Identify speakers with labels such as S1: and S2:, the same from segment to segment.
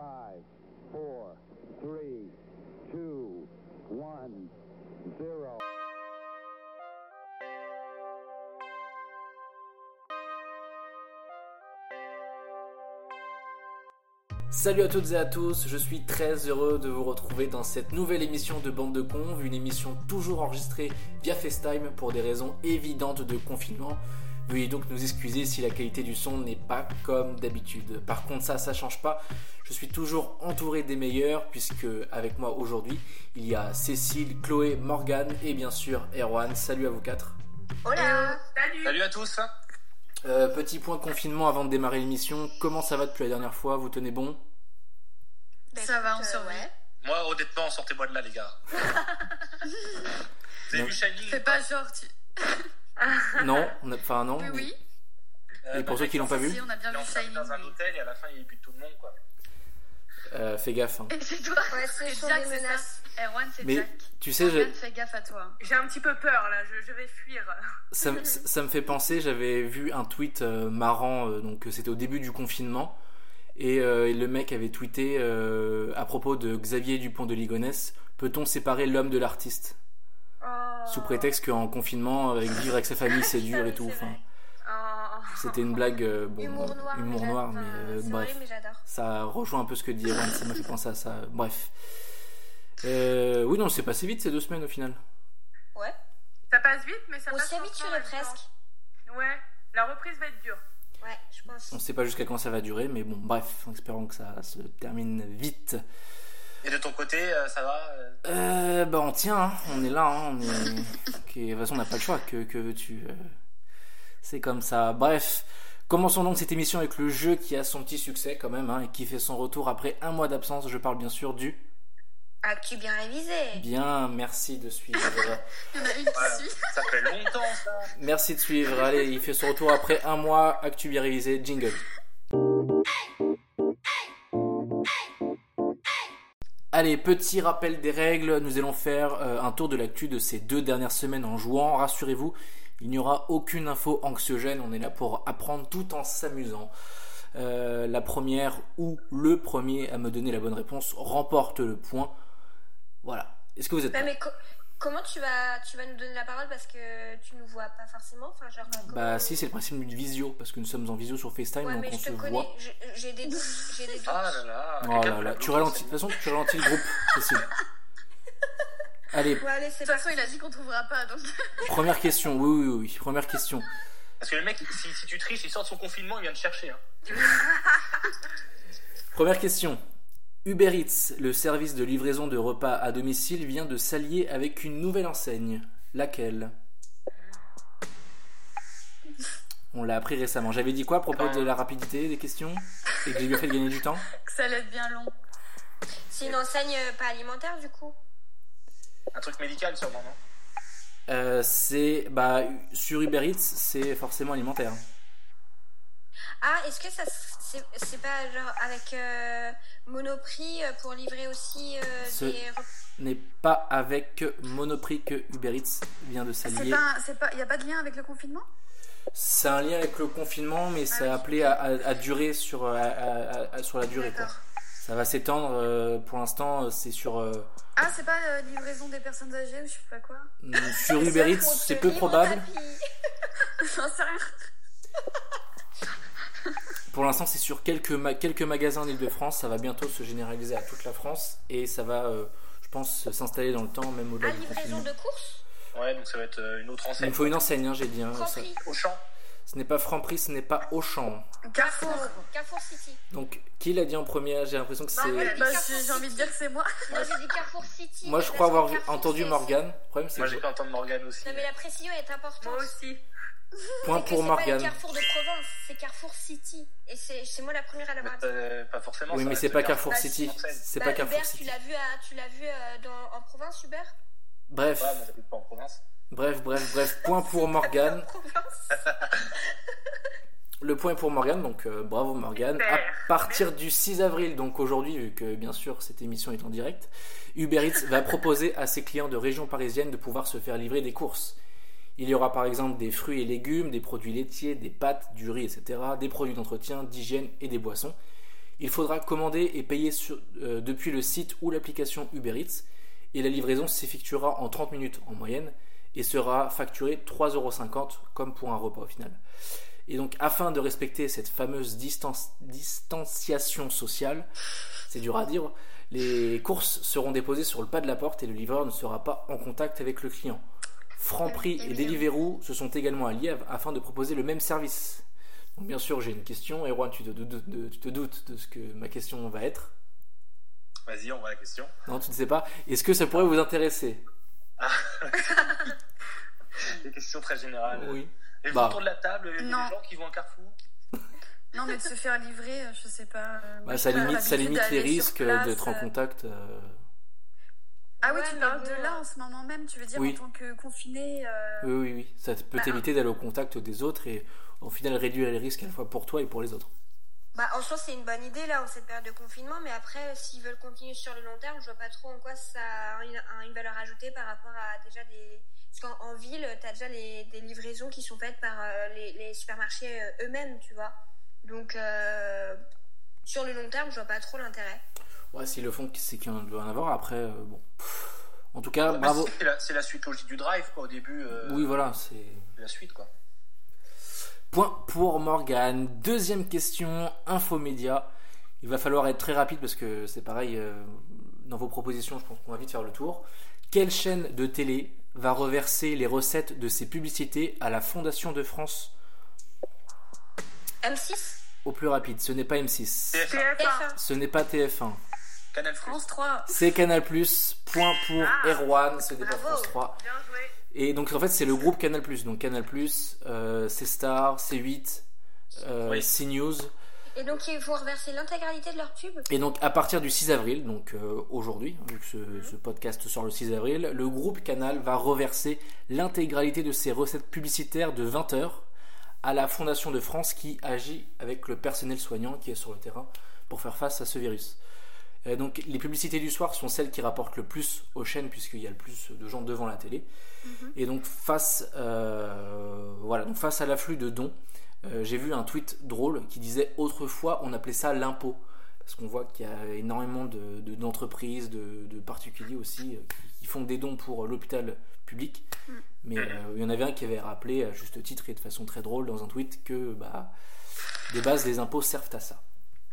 S1: five, four, three, two, one, zero.
S2: Salut à toutes et à tous, je suis très heureux de vous retrouver dans cette nouvelle émission de Bande de Conve, une émission toujours enregistrée via FaceTime pour des raisons évidentes de confinement. Veuillez donc nous excuser si la qualité du son n'est pas comme d'habitude. Par contre, ça, ça change pas. Je suis toujours entouré des meilleurs puisque avec moi aujourd'hui, il y a Cécile, Chloé, Morgane et bien sûr Erwan. Salut à vous quatre.
S3: Hola
S4: Salut
S3: Salut à tous
S2: Euh, petit point confinement avant de démarrer l'émission. Comment ça va depuis la dernière fois Vous tenez bon
S4: Ça va, on survit.
S3: Moi, honnêtement, sortez-moi de là, les gars. Vous avez
S2: Non.
S3: vu Shining
S4: Fais pas genre, tu...
S2: Non, on a- enfin non.
S4: Oui, oui.
S3: Euh,
S2: Et pour ceux
S3: Patrick,
S2: qui l'ont pas
S4: si,
S2: Oh, vu,
S4: on a bien
S3: Il est
S4: vu
S3: enfermé
S4: Shining.
S3: dans un hôtel et à la fin, il bute tout le monde, quoi.
S2: euh, fais gaffe. hein.
S4: Et c'est toi
S5: Ouais, c'est Eh,
S4: C'est
S5: chaud
S4: Jack,
S5: des
S4: c'est
S5: menaces.
S4: ça Erwan, c'est
S2: Mais
S4: Jack.
S2: tu sais, j'ai-
S4: Morgane, fais gaffe à toi.
S6: J'ai un petit peu peur là, je, je vais fuir.
S2: ça, me- ça me fait penser, j'avais vu un tweet euh, marrant, euh, donc euh, c'était au début du confinement, et euh, le mec avait tweeté euh, à propos de Xavier Dupont de Ligonnès, peut-on séparer l'homme de l'artiste
S4: Oh.
S2: Sous prétexte qu'en confinement, avec vivre avec sa famille, c'est dur et tout.
S4: C'est vrai.
S2: Enfin,
S6: Oh.
S2: c'était une blague, euh, bon,
S5: Humour noir. mais
S2: humour
S5: j'adore.
S2: noir, mais
S5: Enfin,
S2: euh,
S5: c'est
S2: bref.
S5: horrible, mais j'adore.
S2: Ça rejoint un peu ce que dit Erwan, ça m'a fait penser à ça. Bref. Euh, oui, non, c'est passé vite ces deux semaines au final.
S6: Ça passe vite, mais ça
S5: On
S6: passe
S5: s'y
S6: lentement en
S5: habituerait
S6: même temps.
S5: presque.
S6: Ouais, la reprise va être dure.
S5: Ouais, je pense.
S2: On sait pas jusqu'à quand ça va durer, mais bon, bref, en espérant que ça se termine vite.
S3: Et de ton côté, euh, ça va euh,
S2: Euh, bah on tient, hein. on est là, hein. on est... ok, de toute façon on n'a pas le choix, que, que veux-tu euh, C'est comme ça. Bref, commençons donc cette émission avec le jeu qui a son petit succès quand même, hein, et qui fait son retour après un mois d'absence, je parle bien sûr du...
S5: As-tu bien révisé
S2: Bien, merci de suivre. euh,
S4: Il y en a une qui
S3: Voilà.
S4: suit.
S3: Ça fait longtemps, ça.
S2: merci de suivre, allez, il fait son retour après un mois, actu bien révisé, jingle. Allez, petit rappel des règles, nous allons faire euh, un tour de l'actu de ces deux dernières semaines en jouant. Rassurez-vous, il n'y aura aucune info anxiogène, on est là pour apprendre tout en s'amusant. Euh, la première ou le premier à me donner la bonne réponse remporte le point. Voilà. Est-ce que vous êtes
S5: Bah,
S2: prêts
S5: mais co- comment tu vas, tu vas nous donner la parole parce que tu nous vois pas forcément Enfin, genre, comment-
S2: Bah si, c'est le principe d'une visio, parce que nous sommes en visio sur FaceTime,
S5: Ouais,
S2: donc
S5: mais
S2: on
S5: je
S2: se
S5: te connais.
S2: voit.
S5: je- J'ai des doutes. J'ai des doutes.
S3: Ah là là.
S2: Oh
S3: quelqu'un
S2: là
S3: peut
S2: là,
S3: le
S2: tu
S3: bloquer,
S2: ralentis, de toute façon tu ralentis le groupe, Cécile. Allez,
S5: Ouais, allez,
S4: De
S5: c'est
S4: toute
S5: parti.
S4: façon, il a dit qu'on trouvera pas, donc...
S2: première question, oui, oui, oui, première question.
S3: c'est- Parce que le mec, si, si tu triches, il sort de son confinement, il vient te chercher. Hein.
S2: Première question. Uber Eats, le service de livraison de repas à domicile, vient de s'allier avec une nouvelle enseigne. Laquelle On l'a appris récemment. J'avais dit quoi à propos de la rapidité des questions Et que j'ai bien fait de gagner du temps
S4: que ça l'aide bien long.
S5: C'est une enseigne euh, pas alimentaire du coup.
S3: Un truc médical, sûrement, non
S2: Euh, c'est bah sur Uber Eats, c'est forcément alimentaire.
S5: Ah, est-ce que ça, c'est c'est pas genre avec euh, Monoprix euh, pour livrer aussi euh,
S2: Ce-
S5: des repas
S2: N'est pas avec Monoprix que Uber Eats vient de
S4: C'est
S2: s'allier.
S4: pas, c'est pas, y a pas de lien avec le confinement
S2: C'est un lien avec le confinement, mais ça
S4: oui.
S2: a appelé à, à- à durer sur à- à- à- sur la durée. quoi.
S4: D'accord.
S2: Ça va s'étendre. euh, pour l'instant, euh, c'est sur euh,
S4: Ah, c'est pas euh, livraison des personnes âgées ou je sais pas quoi
S2: sur
S5: C'est
S2: Uber Eats,
S5: pour te
S2: c'est peu
S5: livrer au
S2: probable. Bah,
S5: tapis.
S4: J'en sais rien.
S5: Ah,
S2: Pour l'instant, c'est sur quelques ma- quelques magasins en Île-de-France. Ça va bientôt se généraliser à toute la France et ça va, euh, je pense, s'installer dans le temps, même
S5: Ah,
S2: au-delà du
S5: livraison
S2: confinement.
S5: de courses
S3: Ouais, donc ça va être euh, une autre
S2: Il
S3: enseigne.
S2: me faut une enseigne, hein, j'ai dit. hein, ça-
S5: Franprix,
S3: Au champ.
S2: Ce n'est pas Franprix, ce n'est pas Auchan.
S4: Carrefour
S5: Carrefour City.
S2: Donc, qui l'a dit en premier J'ai l'impression que
S6: Ben,
S5: Marvel.
S2: c'est.
S4: Bah, j'ai j'ai envie de dire que c'est moi.
S5: Non, j'ai dit Carrefour City.
S2: Moi, je
S5: mais
S2: crois
S5: parce que
S2: avoir vu-
S5: Carrefour,
S2: entendu
S5: c'est-
S2: Morgane. Le problème, c'est
S3: Moi,
S2: que
S3: j'ai
S2: je-
S3: pu entendre Morgane aussi.
S5: Non, mais la précision est importante.
S6: Moi aussi.
S2: point
S5: C'est que
S2: pour
S5: c'est pas les
S2: Morgane.
S5: Carrefour de province, c'est Carrefour City. Et c'est c'est moi la première à
S3: Mais,
S5: l'avoir dit.
S3: euh, pas forcément.
S2: Oui,
S3: ça
S2: mais
S3: reste
S2: c'est pas Carrefour
S5: Bah,
S2: City.
S3: c'est une enseigne.
S2: Bah, C'est
S5: Bah,
S2: pas Carrefour
S5: Uber, tu
S2: City.
S5: l'as vu, à, tu l'as vu euh, dans, en province, Uber
S2: Bref,
S3: Ouais, mais j'habite pas en province.
S2: bref, bref, bref. Point pour Morgane.
S5: En province
S2: Le point est pour Morgane, donc euh, bravo Morgane. À
S6: Super.
S2: partir du 6 avril, donc aujourd'hui, vu que bien sûr cette émission est en direct, Uber Eats va proposer à ses clients de région parisienne de pouvoir se faire livrer des courses. Il y aura par exemple des fruits et légumes, des produits laitiers, des pâtes, du riz, etc., des produits d'entretien, d'hygiène et des boissons. Il faudra commander et payer sur- euh, depuis le site ou l'application Uber Eats et la livraison s'effectuera en 30 minutes en moyenne et sera facturée 3,50€ comme pour un repas au final. Et donc afin de respecter cette fameuse distance- distanciation sociale, c'est dur à dire, les courses seront déposées sur le pas de la porte et le livreur ne sera pas en contact avec le client. Franprix et Deliveroo se sont également alliés av- afin de proposer le même service. Donc bien sûr, j'ai une question. Erwan, tu te, dou- dou- de- tu te doutes de ce que ma question va être
S3: Vas-y, on voit la question.
S2: Non, tu ne sais pas. Est-ce que ça pourrait vous intéresser
S3: Des questions très générales.
S2: Oui.
S3: Et vous,
S2: Bah.
S3: autour de la table, il y a
S4: Non.
S3: des gens qui vont à Carrefour
S4: Non, mais de se faire livrer, euh, je sais pas. euh, moi,
S2: Bah, ça
S4: j'ai pas
S2: limite, ça
S4: l'habitude
S2: limite les
S4: d'aller sur
S2: risques
S4: place,
S2: d'être en
S4: euh.
S2: contact. euh,
S4: Ah oui,
S5: Ouais,
S4: tu
S5: mais
S4: parles
S5: bon,
S4: de là
S5: euh,
S4: en ce moment même, tu veux dire
S2: Oui.
S4: en tant que confiné. euh,
S2: Oui, oui, oui. Ça peut
S4: Bah.
S2: t'éviter d'aller au contact des autres et au final réduire les risques à la fois pour toi et pour les autres.
S5: Bah, en soi, c'est une bonne idée là en cette période de confinement, mais après, s'ils veulent continuer sur le long terme, je vois pas trop en quoi ça a une, a une valeur ajoutée par rapport à déjà des. Parce qu'en en ville, t'as déjà les, des livraisons qui sont faites par euh, les, les supermarchés euh, eux-mêmes, tu vois. Donc, euh, sur le long terme, je vois pas trop l'intérêt.
S2: Ouais, s'ils le font, c'est qu'il doit en avoir. Après, euh, bon. En tout cas,
S3: Ouais,
S2: Ah, bravo.
S3: C'est la, c'est la suite logique du drive, quoi, au début. euh,
S2: Oui, voilà, c'est.
S3: La suite, quoi.
S2: Point pour Morgane. Deuxième question, infomédia. Il va falloir être très rapide parce que c'est pareil, euh, dans vos propositions, je pense qu'on va vite faire le tour. Quelle chaîne de télé va reverser les recettes de ses publicités à la Fondation de France
S5: M6
S2: au plus rapide Ce n'est pas M6,
S3: TF1,
S6: TF1.
S5: TF1.
S2: ce n'est pas TF1,
S3: Canal France.
S4: France 3.
S2: c'est Canal+, point pour
S6: Ah.
S2: Erwan, ce n'est pas
S5: Bravo.
S2: France 3.
S6: Bien joué.
S2: Et donc en fait c'est le groupe Canal+. Donc Canal+, euh, C-Star, C8, euh,
S3: Oui.
S2: CNews.
S5: Et donc, ils vont reverser l'intégralité de leur pub
S2: Et donc à partir du 6 avril, donc euh, aujourd'hui, vu que ce, ce podcast sort le 6 avril, le groupe Canal va reverser l'intégralité de ses recettes publicitaires de 20 heures à la Fondation de France qui agit avec le personnel soignant qui est sur le terrain pour faire face à ce virus. Euh, donc les publicités du soir sont celles qui rapportent le plus aux chaînes puisqu'il y a le plus de gens devant la télé. Et donc face, euh, voilà, donc face à l'afflux de dons, euh, j'ai vu un tweet drôle qui disait autrefois on appelait ça l'impôt parce qu'on voit qu'il y a énormément de- de- d'entreprises, de, de particuliers aussi, euh, qui, qui font des dons pour euh, l'hôpital public.
S4: Mm.
S2: Mais euh, il y en avait un qui avait rappelé, à juste titre et de façon très drôle, dans un tweet, que bah, de base, les impôts servent à ça.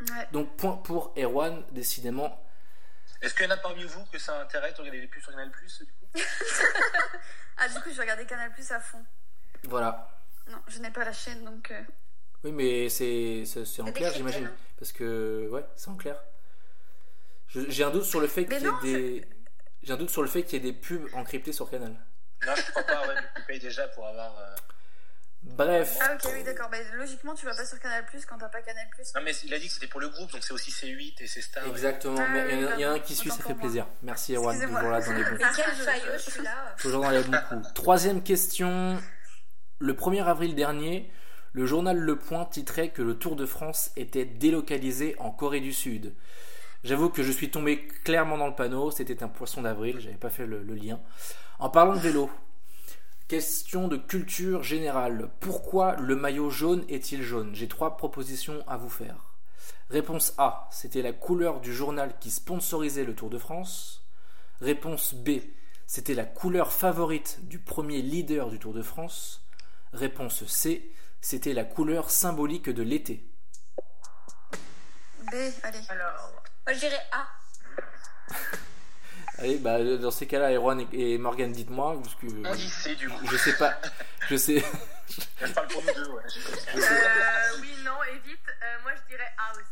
S4: Ouais.
S2: Donc, point pour Erwan, décidément.
S3: Est-ce qu'il y en a parmi vous que ça intéresse de regarder les pubs sur Canal Plus, du coup
S4: Ah, du coup, je regardais Canal Plus à fond.
S2: Voilà.
S4: Non, je n'ai pas la chaîne donc. euh,
S2: Oui, mais c'est c'est- c'est en
S5: Avec
S2: clair,
S5: les
S2: j'imagine.
S5: thèmes.
S2: Parce que, ouais, c'est en clair. Je- J'ai un doute sur le fait
S4: Mais
S2: qu'il y ait
S4: non,
S2: des. J'ai un doute sur le fait qu'il y ait des pubs encryptées sur Canal.
S3: Non, je crois pas, ouais, mais tu payes déjà pour avoir. euh,
S2: Bref.
S4: Ah, ok, oui, d'accord. Bah, logiquement, tu vas pas sur Canal Plus quand t'as pas Canal Plus.
S3: Non, mais il a dit que c'était pour le groupe, donc c'est aussi C8 et c'est Star. ouais.
S2: Exactement,
S4: Ah
S2: mais il y, en a-
S4: oui,
S2: il y en a un
S4: pardon.
S2: qui suit, ça
S4: Autant
S2: fait
S4: pour moi.
S2: plaisir. Merci Erwan,
S4: Excusez-moi.
S2: toujours là dans les bons,
S5: Mais quel
S4: Ah, je-
S5: faillot, je suis là.
S2: toujours dans les bons coups. Troisième question. Le 1er avril dernier, le journal Le Point titrait que le Tour de France était délocalisé en Corée du Sud. J'avoue que je suis tombé clairement dans le panneau, c'était un poisson d'avril, j'avais pas fait le, le lien. En parlant de vélo, question de culture générale. Pourquoi le maillot jaune est-il jaune J'ai trois propositions à vous faire. Réponse A, c'était la couleur du journal qui sponsorisait le Tour de France. Réponse B, c'était la couleur favorite du premier leader du Tour de France. Réponse C, c'était la couleur symbolique de l'été.
S4: B, allez.
S6: Alors,
S5: Moi, je dirais A.
S2: Allez, bah, dans ces cas-là, Erwan et et Morgan, dites-moi, parce que
S3: On dit C, Ah, du coup.
S2: je sais pas, je sais,
S3: Je parle pour nous deux, ouais. je suis comme ça.
S6: euh, oui, non, évite. Euh, moi, je dirais A aussi.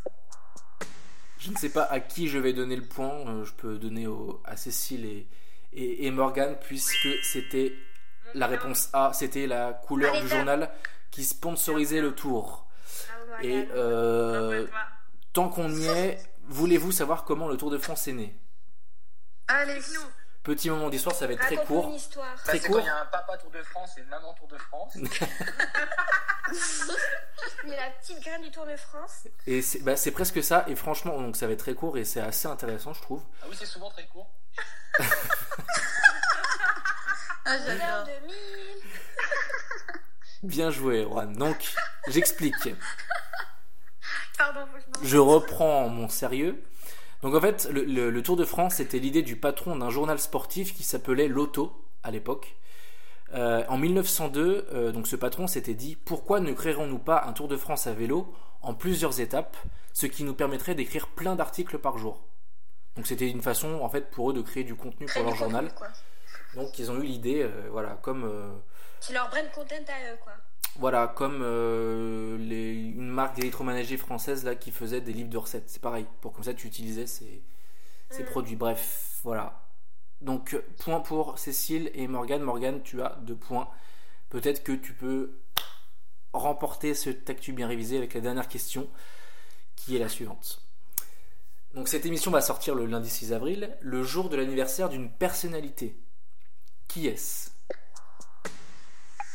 S2: je ne sais pas à qui je vais donner le point. Euh, Je peux donner au- à Cécile et, et, et Morgan, puisque c'était
S6: Mon
S2: la
S6: prénom-
S2: réponse A, c'était la couleur
S5: Allez,
S2: du
S5: tape.
S2: journal qui sponsorisait le Tour.
S5: Bravo,
S2: Et
S5: Morgane.
S2: euh,
S6: Bravo à Ah, toi.
S2: tant qu'on y est, voulez-vous savoir comment le Tour de France est né
S4: Allez.
S6: Explique-nous.
S2: Petit moment d'histoire, ça va être très
S5: Raconte-nous
S2: court.
S5: une histoire.
S3: Ça,
S2: Très
S3: c'est
S2: court.
S3: quand il y a un papa Tour de France et une maman Tour de France.
S5: Mais la petite graine du Tour de France.
S2: Et c'est bah, c'est presque ça, et franchement, donc ça va être très court et c'est assez intéressant, je trouve.
S3: Ah oui, c'est souvent très court.
S4: Ah,
S5: L'heure
S4: j'adore.
S5: de mille.
S2: Bien joué, Juan. Donc, j'explique.
S6: Pardon, faut que je me
S2: je reprends mon sérieux. Donc en fait, le, le- le Tour de France, c'était l'idée du patron d'un journal sportif qui s'appelait L'Auto à l'époque. Euh, en 1902, euh, donc ce patron s'était dit pourquoi ne créerons-nous pas un Tour de France à vélo en plusieurs étapes, ce qui nous permettrait d'écrire plein d'articles par jour. Donc c'était une façon en fait pour eux de créer du contenu pour
S5: Créer
S2: leur
S5: du
S2: journal.
S5: contenu, quoi.
S2: Donc ils ont eu l'idée, euh, voilà, comme euh,
S5: Qui leur prennent content à eux, quoi.
S2: voilà, comme euh, les- une marque d'électroménager française là qui faisait des livres de recettes. C'est pareil. Pour comme ça, tu utilisais ces, ces
S5: Mm.
S2: produits. Bref, voilà. Donc point pour Cécile et Morgane. Morgane, tu as deux points. Peut-être que tu peux remporter ce tactu bien révisé avec la dernière question, qui est la suivante. Donc cette émission va sortir le lundi 6 avril, le jour de l'anniversaire d'une personnalité. Qui est-ce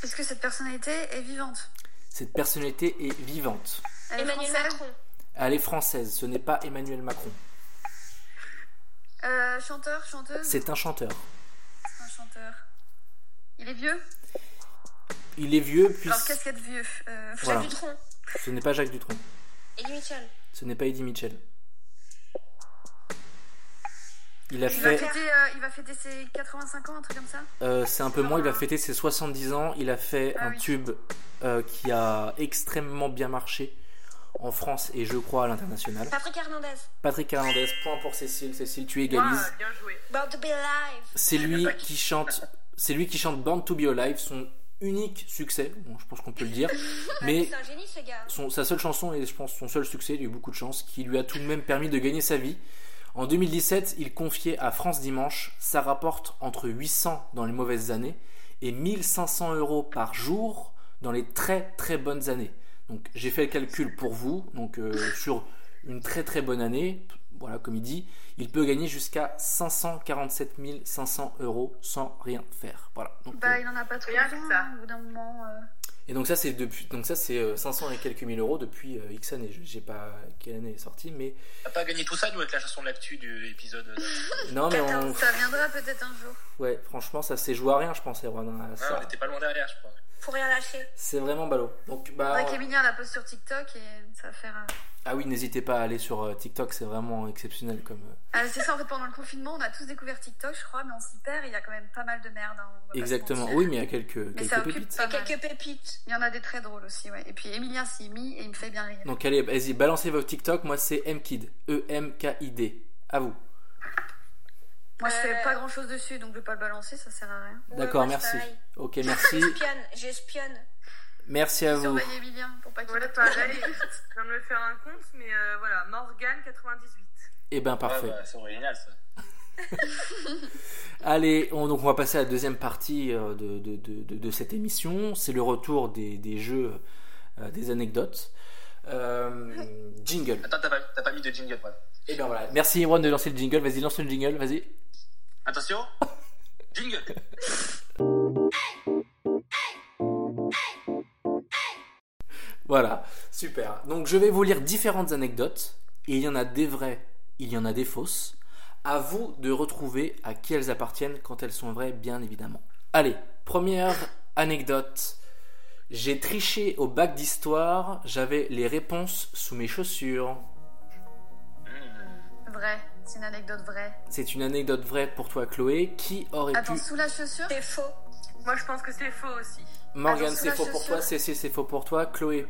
S4: Est-ce que cette personnalité est vivante
S2: Cette personnalité est vivante.
S4: Elle est
S5: Emmanuel
S4: française
S5: Macron.
S2: Elle est française, ce n'est pas Emmanuel Macron.
S4: Euh, chanteur, chanteuse
S2: C'est un chanteur.
S4: un chanteur. Il est vieux
S2: Il est vieux, puis
S4: Alors casquette vieux. Euh,
S2: Voilà.
S5: Jacques Dutronc.
S2: ce n'est pas Jacques Dutronc.
S5: Eddie Mitchell.
S2: Ce n'est pas Eddie Mitchell. Il a
S4: il, va
S2: fait.
S4: fêter, euh, il va fêter ses 85 ans, un truc comme ça
S2: euh, c'est un peu moins, il va fêter ses 70 ans. Il a fait
S4: Ah
S2: un
S4: oui.
S2: tube euh, qui a extrêmement bien marché en France et je crois à l'international.
S5: Patrick Hernandez.
S2: Patrick Hernandez, point pour Cécile. Cécile, tu égalises.
S6: Waouh, bien joué.
S5: Born to be alive.
S2: C'est lui qui chante. C'est lui qui chante Born to Be Alive, son unique succès. Bon, je pense qu'on peut le dire. Mais
S5: Ah, C'est un génie, ce gars.
S2: Son- sa seule chanson et je pense son seul succès, il a eu beaucoup de chance, qui lui a tout de même permis de gagner sa vie. En 2017, il confiait à France Dimanche, ça rapporte entre 800 dans les mauvaises années et 1500 euros par jour dans les très très bonnes années. Donc j'ai fait le calcul pour vous, donc euh, sur une très très bonne année, voilà comme il dit, il peut gagner jusqu'à 547 500 euros sans rien faire. Voilà. Donc, euh,
S4: Bah, il en a pas trop
S6: Rien que
S4: besoin,
S6: ça.
S4: hein, au bout d'un moment. euh.
S2: et donc ça c'est depuis donc ça c'est euh, 500 et quelques mille euros depuis euh, X années. Je sais pas quelle année est sortie, mais
S3: T'as pas gagné tout ça, nous, avec la chanson de l'actu de l'épisode.
S2: non mais on...
S4: Ça viendra peut-être un jour.
S2: ouais franchement ça s'est joué à rien je pense Erwan. hein,
S3: Ouais,
S2: ça.
S3: Ah, on était pas loin derrière, je crois.
S5: Pour rien lâcher.
S2: C'est vraiment ballot. Donc bah
S4: Ouais, Kéminia la poste sur TikTok et ça va faire. euh,
S2: ah oui n'hésitez pas à aller sur euh, TikTok c'est vraiment exceptionnel comme euh,
S4: Ah, c'est ça, en fait, pendant le confinement, on a tous découvert TikTok, je crois, mais on s'y perd, il y a quand même pas mal de merde. hein, on va pas se
S2: exactement.
S5: bah,
S4: mentir.
S2: Oui mais il y a quelques
S4: Mais
S2: quelques
S4: ça occupe
S2: pépites.
S4: pas mal.
S5: Quelques pépites.
S4: Il y en a des très drôles aussi, ouais. Et puis Emilien s'y est mis et il me fait bien rire.
S2: Donc allez vas-y balancez vos TikTok. Moi c'est Mkid E M K I D. À vous.
S4: Moi, je
S5: Euh,
S4: fais pas grand chose dessus, donc je vais pas le balancer, ça sert à rien.
S5: Ouais,
S2: D'accord
S5: moi, c'est
S2: merci.
S5: pareil.
S2: Ok merci
S5: J'espionne, j'espionne.
S2: merci à vous.
S4: Surveillez Emilien pour pas qu'il
S6: Voilà,
S4: mette
S6: pareil. Bah, Je viens de me faire un compte, mais euh, voilà, Morgane 98.
S2: Et ben parfait.
S3: Ouais, bah, c'est original, ça.
S2: Allez, on, donc on va passer à la deuxième partie euh, de, de- de- de- de cette émission. C'est le retour des, des jeux, euh, des anecdotes. Euh, jingle.
S3: Attends, t'as pas, t'as pas mis de jingle, voilà.
S2: Et bien voilà. Merci Erwan de lancer le jingle. Vas-y, lance le jingle, vas-y.
S3: Attention Jingle
S2: Voilà, super. Donc je vais vous lire différentes anecdotes. Et il y en a des vraies, il y en a des fausses. À vous de retrouver à qui elles appartiennent quand elles sont vraies, bien évidemment. Allez, première anecdote. J'ai triché au bac d'histoire, j'avais les réponses sous mes chaussures.
S3: Hmm.
S4: Vrai, c'est une anecdote vraie.
S2: C'est une anecdote vraie pour toi, Chloé. Qui aurait
S4: Attends,
S2: pu.
S4: sous la chaussure
S5: C'est faux.
S6: Moi, je pense que c'est faux aussi.
S2: Morgane,
S4: attends, sous
S2: c'est
S4: la
S2: faux pour
S4: chaussure.
S2: toi. Cécile, c'est faux pour toi. Chloé.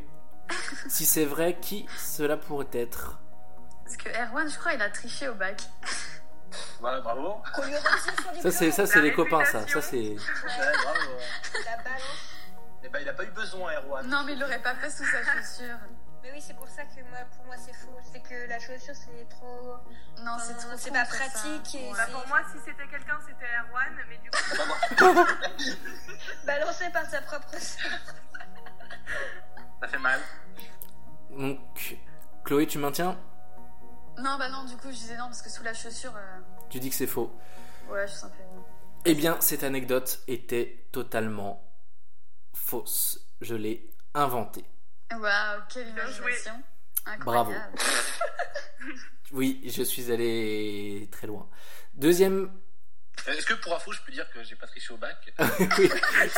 S2: si c'est vrai, qui cela pourrait être
S4: Parce que Erwan, je crois, il a triché au bac.
S3: Voilà, bravo.
S5: Qu'on lui retire son diplôme.
S2: Ça, c'est ça, c'est
S6: La
S2: les copains, ça. Ça,
S6: réputation.
S2: c'est.
S3: Ouais, bravo.
S5: La balance.
S3: Eh ben, il a pas eu besoin, Erwan.
S4: Non, mais il l'aurait pas fait sous sa chaussure.
S5: Mais oui, c'est pour ça que moi, pour moi, c'est faux. C'est que la chaussure, c'est trop.
S4: Non, c'est
S5: Euh,
S4: trop
S5: c'est
S4: con,
S5: pas
S4: ça, ça.
S5: pratique et
S4: Ouais.
S6: Bah, pour moi, si c'était quelqu'un, c'était Erwan, mais du coup,
S5: Balancée par sa propre sœur.
S3: Ça fait mal.
S2: Donc, Chloé, tu maintiens
S4: Non, bah non, du coup, je disais non, parce que sous la chaussure, euh,
S2: Tu dis que c'est faux.
S4: ouais, je suis un peu.
S2: Eh bien, cette anecdote était totalement fausse. Je l'ai inventée.
S4: Waouh, quelle
S6: Bien joué.
S4: imagination.
S2: Bravo.
S4: Incroyable.
S2: Oui, je suis allé très loin. Deuxième.
S3: Euh, Est-ce que pour info, je peux dire que j'ai pas triché au bac
S2: oui,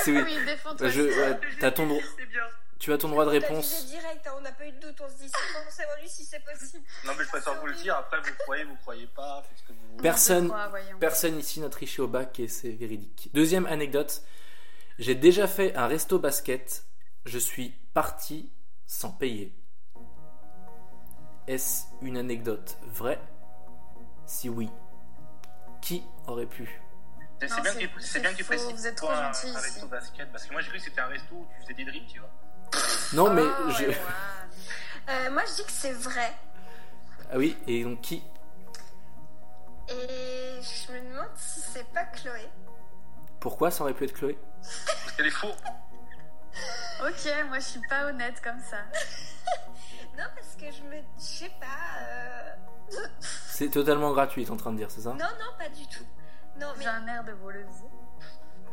S2: c'est oui.
S4: Oui, défends-toi.
S2: Je, ouais, t'as ton, dro-
S6: c'est bien.
S2: Tu as ton droit de
S5: On
S2: réponse.
S5: direct, hein, on n'a pas eu de doute, on se dit c'est comment ça évolue si c'est possible.
S3: Non, mais je préfère vous le dire. Après, vous croyez, vous croyez pas. Faites ce que vous voulez.
S2: Personne-
S4: Trois, voyons.
S2: Personne ici n'a triché au bac et c'est véridique. Deuxième anecdote, j'ai déjà fait un resto basket, je suis parti sans payer. Est-ce une anecdote vraie Si oui, qui aurait pu
S3: C'est
S4: Non,
S3: c'est bien
S4: c'est-
S3: que tu-
S4: c'est
S3: c'est bien que tu
S4: faux,
S3: précises.
S4: vous êtes
S3: pourquoi
S4: trop
S3: un,
S4: gentils
S3: un
S4: ici.
S3: resto basket. Parce que moi, j'ai cru que c'était un resto où tu faisais des dribbles, tu vois.
S2: Non mais
S4: Ah,
S2: je...
S4: ouais,
S5: Euh, moi, je dis que c'est vrai.
S2: Ah oui, et donc qui
S5: Et je me demande si c'est pas Chloé.
S2: Pourquoi ça aurait pu être Chloé
S3: Parce qu'elle est faux.
S4: ouais. Ok, moi je suis pas honnête comme ça.
S5: Non, parce que je me. Je sais pas. euh,
S2: C'est totalement gratuit, t'es en train de dire, c'est ça
S5: Non, non, pas du tout. Non, mais.
S4: J'ai un air de voleuse.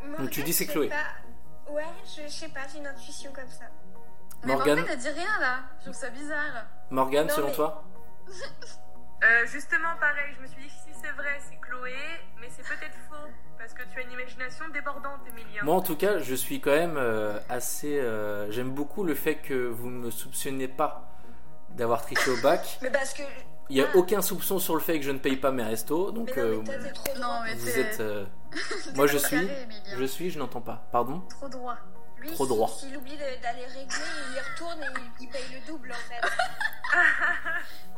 S5: moi,
S2: Donc, tu
S5: en fait,
S2: dis c'est
S5: je sais
S2: Chloé.
S5: pas. Ouais, je, je sais pas, j'ai une intuition comme ça.
S4: Mais
S2: Morgane
S4: Morgane ne dit rien là, je trouve ça bizarre.
S2: Morgane,
S5: Non,
S2: selon
S5: mais-
S2: toi
S6: Euh, justement, pareil, je me suis dit que si c'est vrai, c'est Chloé, mais c'est peut-être faux, parce que tu as une imagination débordante, Emilien.
S2: Moi, en tout cas, je suis quand même euh, assez. euh, J'aime beaucoup le fait que vous ne me soupçonnez pas d'avoir triché au bac.
S5: Mais parce que.
S2: Il n'y a
S5: Ah.
S2: aucun soupçon sur le fait que je ne paye pas mes restos. Donc,
S5: Mais non,
S2: euh,
S5: mais toi, t'es trop.
S4: Non, mais
S2: vous
S4: t'es-
S2: êtes. euh,
S4: t'es
S2: moi, je
S4: trop
S2: suis.
S4: carré, Emilia.
S2: Je suis, je n'entends pas. Pardon
S4: Trop droit.
S5: Lui,
S2: trop
S5: s'il-
S2: droit.
S5: S'il oublie de- d'aller régler, il y retourne et il, il paye le double en fait.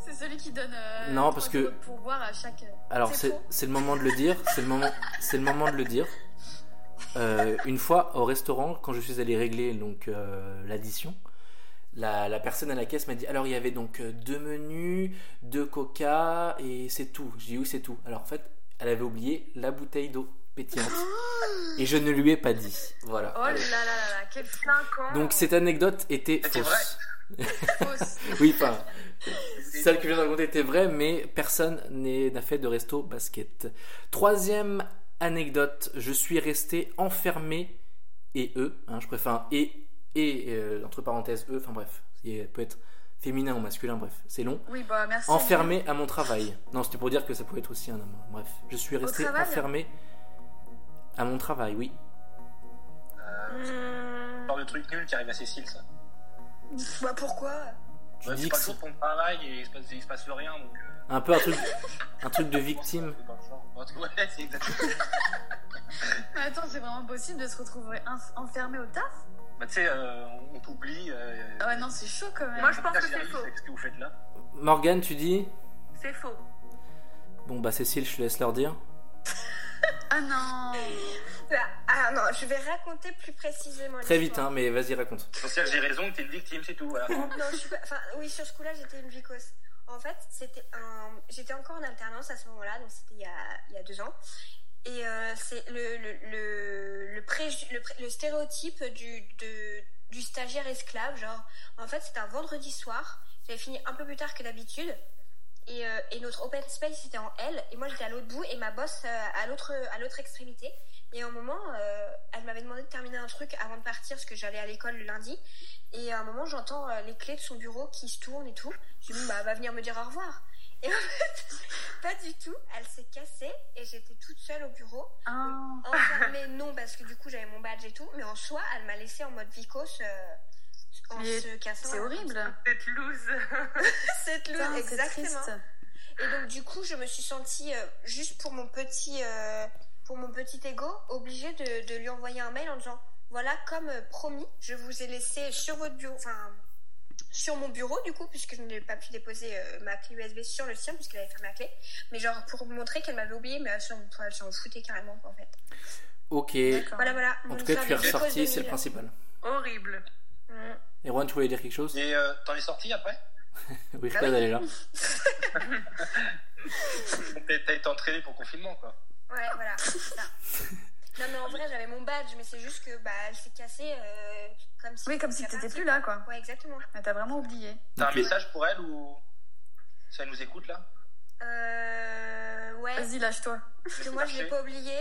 S4: C'est celui qui donne euh,
S2: Non, parce
S4: trois
S2: que-
S4: euros de pourboire à chaque.
S2: Alors,
S5: C'est
S2: c'est
S5: faux.
S2: c'est le moment de le dire. C'est le moment, c'est le moment de le dire. Euh, une fois au restaurant, quand je suis allé régler donc euh, l'addition, la, la personne à la caisse m'a dit alors il y avait donc euh, deux menus, deux coca et c'est tout. J'ai dit oui c'est tout. Alors en fait, elle avait oublié la bouteille d'eau pétillante et je ne lui ai pas dit. Voilà.
S4: Oh là là là là, quelle
S6: Cinq ans.
S2: Donc cette anecdote était
S3: C'était
S2: fausse.
S4: fausse.
S2: Oui, enfin,
S3: C'est-
S2: celle que je viens de raconter était vraie, mais personne n'est- n'a fait de resto basket. Troisième anecdote, je suis resté enfermé et eux, hein, je préfère et et euh, entre parenthèses eux, enfin bref, il peut être féminin ou masculin, bref, c'est long.
S4: Oui, bah merci.
S2: Enfermé à mon travail. Non, c'était pour dire que ça pouvait être aussi un homme. hein, Bref, je suis resté
S4: travail
S2: enfermé à mon travail, oui.
S3: C'est genre de truc nul qui arrive à Cécile, ça.
S5: bah pourquoi
S2: Tu
S3: Ouais,
S2: dis
S3: c'est
S2: que
S3: pas le
S2: c'est
S3: jour de ton travail et il se passe, il se passe rien. Donc, euh,
S2: un peu un truc, un truc de victime.
S3: dans le genre. Ouais, c'est exactement.
S4: Mais attends, c'est vraiment possible de se retrouver inf- enfermé au taf
S3: Bah, tu sais, euh, on t'oublie. euh,
S4: Ah ouais, non, c'est chaud quand même.
S6: Moi, je pense que c'est
S3: Chérie,
S6: faux.
S3: ce que vous faites là.
S2: Morgane, tu dis
S6: C'est faux.
S2: Bon bah Cécile, je te laisse leur dire.
S4: Ah non
S5: Bah, Ah non, je vais raconter plus précisément.
S2: Très vite,
S5: l'histoire.
S2: hein, mais vas-y raconte.
S3: Social, j'ai raison, t'es une victime, c'est tout. Voilà.
S5: Non, je suis pas. Enfin, oui, sur ce coup-là, j'étais une vicose. En fait, c'était un. J'étais encore en alternance à ce moment-là, donc c'était il, y a- il y a deux ans. Et euh, c'est le le le le, préju- le, pré- le stéréotype du de, du stagiaire esclave, genre. En fait, c'était un vendredi soir. J'avais fini un peu plus tard que d'habitude. Et, euh, et notre open space c'était en L et moi j'étais à l'autre bout et ma boss euh, à l'autre à l'autre extrémité et à un moment euh, elle m'avait demandé de terminer un truc avant de partir parce que j'allais à l'école le lundi et à un moment, j'entends euh, les clés de son bureau qui se tournent et tout. Je me dis, bon, bah, elle va venir me dire au revoir. Et en fait, pas du tout. Elle s'est cassée et j'étais toute seule au bureau.
S4: Ah.
S5: Enfermée, non, parce que du coup, j'avais mon badge et tout. Mais en soi, elle m'a laissée en mode vicos euh, en
S4: Mais
S5: se cassant.
S4: C'est horrible.
S6: Cette loose.
S5: Cette loose,
S4: Putain, c'est
S5: exactement.
S4: triste.
S5: Et donc, du coup, je me suis sentie, euh, juste pour mon petit, euh, pour mon petit ego, obligée de, de lui envoyer un mail en disant Voilà, comme euh, promis, je vous ai laissé sur votre bureau, enfin, sur mon bureau, du coup, puisque je n'ai pas pu déposer euh, ma clé USB sur le sien, puisqu'elle avait fermé la clé. Mais genre, pour montrer qu'elle m'avait oublié, mais elle s'en- elle s'en foutait carrément, en fait.
S2: Ok.
S4: D'accord.
S5: Voilà, voilà.
S2: En
S5: Mon
S2: tout cas,
S5: histoire
S2: tu es
S5: de glucose
S2: ressorti,
S5: 2000.
S2: c'est le principal.
S6: Horrible.
S5: Mm.
S2: Erwan, tu voulais dire quelque chose
S3: Et euh, t'en es sorti après
S2: Oui, je peux aller là.
S3: T'as t'as été entraîné pour confinement, quoi.
S5: Ouais, voilà. c'est ça. Non, mais en vrai, j'avais mon badge, mais c'est juste que, bah, elle s'est cassée, euh, comme si.
S4: Oui, comme si
S5: c'était
S4: t'étais
S5: parti.
S4: plus là, quoi.
S5: Ouais, exactement.
S4: Mais t'as vraiment oublié.
S3: T'as un
S2: Donc, les-
S3: message pour elle ou. Si elle nous écoute là
S5: Euh. Ouais.
S4: Vas-y, lâche-toi.
S5: Parce que moi, je l'ai pas oublié.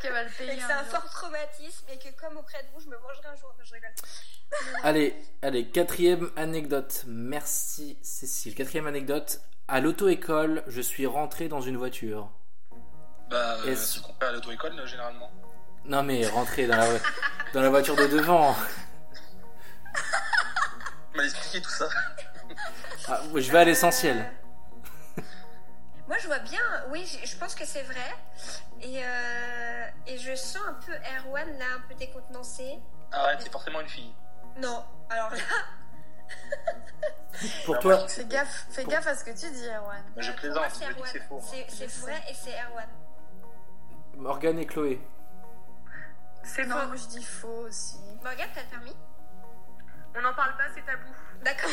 S4: Qu'elle va le payer.
S5: Et que c'est un fort traumatisme et que, comme auprès de vous, je me vengerai un jour. Non, je rigole.
S2: Allez, allez, quatrième anecdote. Merci Cécile. Quatrième anecdote. À l'auto-école, je suis rentré dans une voiture.
S3: Bah,
S2: Est-ce- Bah, euh,
S3: c'est ce qu'on fait à l'auto-école, là, euh, généralement.
S2: Non mais rentrer dans la, dans la voiture de devant.
S3: Il m'a expliqué tout ça.
S2: Ah, je vais à l'essentiel.
S5: Euh, Moi, je vois bien, oui, j- je pense que c'est vrai. Et, euh, et je sens un peu Erwan là, un peu décontenancé.
S3: Ah ouais, c'est forcément une fille.
S5: Non, alors là,
S2: Pour
S3: Ah,
S2: toi,
S3: moi, je-
S7: Fais gaffe, fais gaffe à ce que tu dis, Erwan.
S3: Je
S5: pour
S3: plaisante,
S5: moi,
S3: je dis que c'est faux. hein.
S5: Erwan. C'est- C'est
S7: Je
S5: vrai et c'est Erwan.
S2: Morgane et Chloé.
S6: C'est
S7: Non,
S6: faux.
S7: moi je dis faux aussi.
S5: Morgane, t'as le permis
S6: On n'en parle pas, c'est tabou.
S5: D'accord.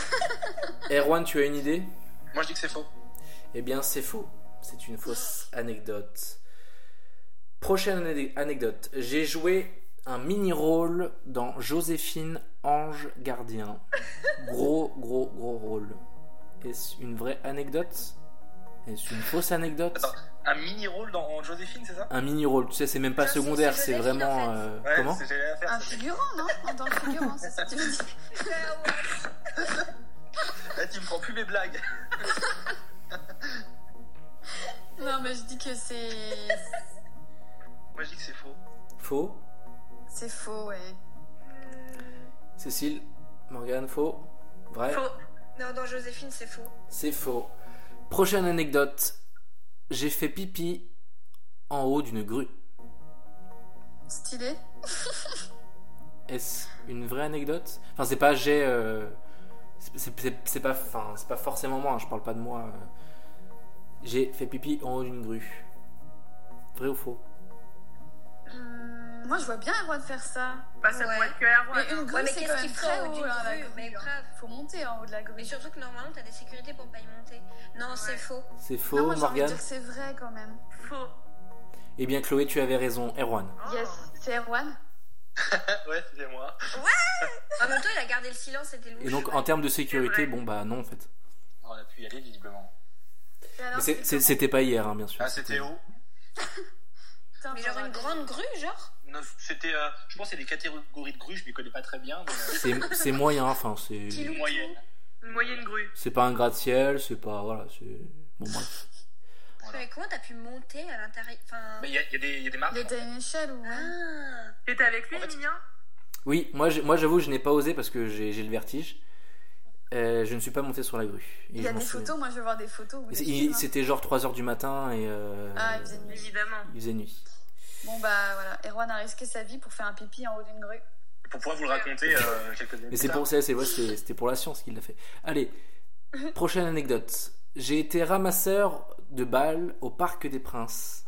S2: Erwan, tu as une idée
S3: Moi, je dis que c'est faux.
S2: Eh bien, c'est faux. C'est une fausse anecdote. Prochaine ane- anecdote. J'ai joué un mini-rôle dans Joséphine Ange Gardien. Gros, gros, gros rôle. Est-ce une vraie anecdote Est-ce une fausse anecdote
S3: Attends. Un mini-rôle dans en Joséphine, c'est ça
S2: Un mini-rôle, tu sais, c'est même pas
S5: Joséphine,
S2: secondaire,
S5: c'est
S2: c'est
S5: Joséphine,
S2: vraiment.
S5: en fait.
S2: euh,
S3: Ouais,
S2: comment
S3: c'est j'allais la faire.
S7: Un
S3: ça.
S7: figurant, non En tant que figurant, c'est ce que tu veux dire.
S5: Bah, Erwan.
S3: Là, tu me prends plus mes blagues.
S7: Non, mais je dis que c'est.
S3: Moi, je dis que c'est faux.
S2: Faux.
S7: C'est faux, ouais.
S2: Cécile, Morgane, faux. Vrai
S6: Faux.
S5: Non, dans Joséphine, c'est faux.
S2: C'est faux. Prochaine anecdote. J'ai fait pipi en haut d'une grue.
S7: Stylé
S2: Est-ce une vraie anecdote Enfin, c'est pas j'ai. euh, c'est- c'est- c'est- C'est pas, enfin, c'est pas forcément moi, hein, je parle pas de moi. euh. J'ai fait pipi en haut d'une grue. Vrai ou faux
S7: Hum, Moi je vois bien Erwan faire ça.
S6: Bah, ça
S5: Ouais.
S6: pourrait être que Erwan.
S7: Mais euh, une grue,
S5: Ouais, mais
S7: c'est
S5: qu'est-ce
S7: quand même
S5: qu'il faut
S7: très
S5: au
S7: haut,
S5: bout d'une
S7: hein, la
S5: grue,
S7: grue,
S5: mais
S7: hein.
S5: grave.
S7: Faut monter en haut de la grue.
S5: Mais surtout que normalement, t'as des sécurités pour pas y monter. Non, c'est
S6: Ouais.
S5: faux.
S2: C'est faux,
S7: non, moi, j'ai envie de
S2: Morgane
S7: dire que c'est vrai quand même.
S6: Faux.
S2: Eh bien, Chloé, tu avais raison. Erwan.
S6: Oh.
S7: Yes, c'est Erwan.
S3: Ah, ouais, c'est moi.
S5: En même temps, il a gardé le silence, c'était louche.
S2: Et donc, en termes de sécurité,
S6: vrai.
S2: bon, bah non, en fait.
S3: On Oh, a pu y aller, visiblement.
S7: Et
S2: Mais
S7: alors,
S2: c'est- c'est- c'était pas hier, hein, bien sûr.
S3: Ah, c'était où
S7: Putain,
S5: Mais genre
S7: faudra-
S5: une grande grue, genre
S3: Non, C'était. euh, je pense que c'est des catégories de grues, je m'y connais pas très bien. Mais, euh,
S2: C'est c'est moyen, enfin, c'est.
S5: Qui loue
S3: moyenne.
S6: Une moyenne grue.
S2: C'est pas un gratte-ciel, c'est pas. Voilà, c'est. Bon, bref.
S3: Voilà.
S5: Mais comment t'as pu monter à l'intérieur Enfin.
S3: Mais il y, a- il y a des- il y a des marques.
S7: Il était à une échelle ou ouais.
S5: Ah.
S6: T'étais avec lui,
S7: Oh,
S3: En fait,
S6: Emilien
S2: Oui, moi j'ai- moi, j'avoue, je n'ai pas osé parce que j'ai j'ai le vertige. Euh, je ne suis pas monté sur la grue. Et
S7: Il y a
S2: je m'en
S7: des
S2: souviens.
S7: photos, moi je veux voir des photos. ou
S2: Et
S7: des
S2: c'est-
S7: films,
S2: il-
S7: hein.
S2: C'était genre 3h du matin et. euh,
S7: Ah, il faisait nuit.
S6: Évidemment.
S2: il faisait nuit.
S7: Bon bah voilà, Erwan a risqué sa vie pour faire un pipi en haut d'une grue.
S3: Pour pouvoir vous le raconter euh, quelques années
S2: Mais
S3: plus
S2: c'est
S3: tard.
S2: pour ça, c'est ouais, c'est- c'était pour la science qu'il l'a fait. Allez, prochaine anecdote. J'ai été ramasseur de balles au Parc des Princes.